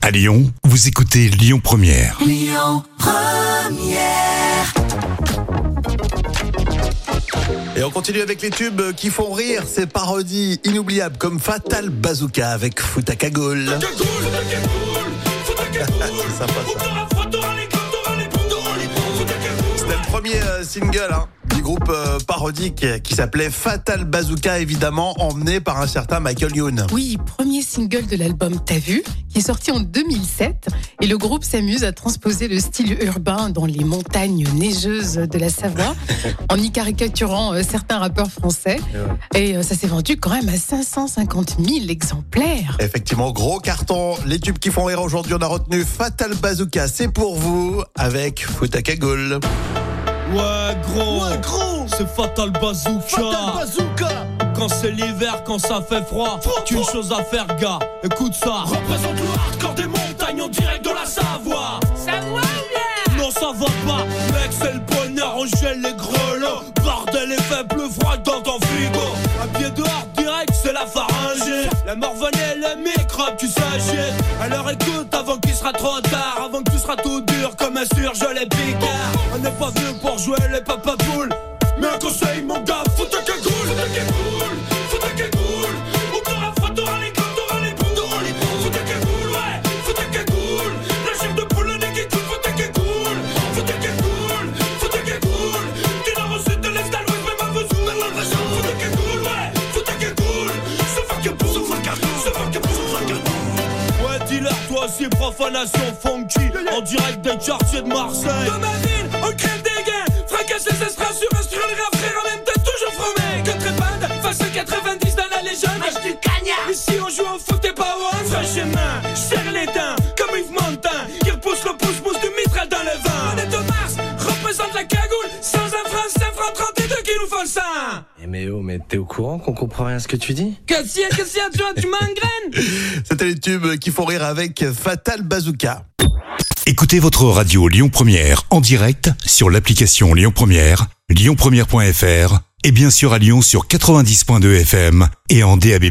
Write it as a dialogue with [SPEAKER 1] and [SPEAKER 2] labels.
[SPEAKER 1] À Lyon, vous écoutez Lyon Première.
[SPEAKER 2] Et on continue avec les tubes qui font rire, ces parodies inoubliables comme Fatal Bazooka avec Futaka Goal. C'est sympa ça. C'était le premier euh, single hein, du groupe euh, parodique qui s'appelait Fatal Bazooka, évidemment emmené par un certain Michael Youn.
[SPEAKER 3] Oui, premier single de l'album T'as vu, qui est sorti en 2007. Et le groupe s'amuse à transposer le style urbain dans les montagnes neigeuses de la Savoie, en y caricaturant euh, certains rappeurs français. Et euh, ça s'est vendu quand même à 550 000 exemplaires.
[SPEAKER 2] Effectivement, gros carton. Les tubes qui font rire aujourd'hui, on a retenu Fatal Bazooka, c'est pour vous, avec Futaka Goal.
[SPEAKER 4] Ouais gros, c'est fatal bazooka. Quand c'est l'hiver, quand ça fait froid, qu'une chose à faire gars, écoute ça. Représente le hardcore des montagnes en direct de la Savoie. Non ça va pas, mec c'est le bonheur, on gèle les grelots. Bordel les faibles froid dans ton frigo. Un pied dehors direct, c'est la pharyngée. La mort venait, le microbe, tu s'agit. Alors écoute avant qu'il sera trop tard, avant que tu seras tout dur comme un surgelé picard. On n'est pas venu pour jouer les papas poules. Mais un conseil mon gars, foutez qu'un cool, foutez qu'un cool, foutez qu'un cool. Ou t'auras froid, t'auras les coups, t'auras les boules, t'auras les boules. Foutez qu'un cool, ouais, foutez qu'un cool. La chair de poule, le nez qui coule, foutez qu'un cool, foutez qu'un cool, foutez qu'un cool. Du nord au sud, de l'est à l'ouest, même à vos sous, même à vos sous. Foutez qu'un cool, ouais, foutez qu'un cool. Se faire que pour, se faire qu'un cool, se faire que pour, se faire qu'un cool. Ouais, dealer, toi aussi, profanation funky. En direct des quartiers de Marseille. Dans ma ville, on crève des gains. Fracasse les estrades sur un sur les frère en même temps, toujours fromé. Que trépade, face à 90 dans la légende. Match du cagnard. Ici, on joue au foot et pas au hand. Fresh et main, je serre les dents. Comme Yves Montand, qui repousse le pouce-pouce du mitral dans le vent. On est de Mars, représente la cagoule. Sans un franc, 5 francs 32 qui nous font le sang.
[SPEAKER 5] Eh mais oh, mais t'es au courant qu'on comprend rien à ce que tu dis
[SPEAKER 4] Que si, que si, tu vois, tu m'engraines.
[SPEAKER 2] C'était les tubes qui font rire avec Fatal Bazooka.
[SPEAKER 1] Écoutez votre radio Lyon Première en direct sur l'application Lyon Première, lyonpremière.fr et bien sûr à Lyon sur 90.2 FM et en DAB+.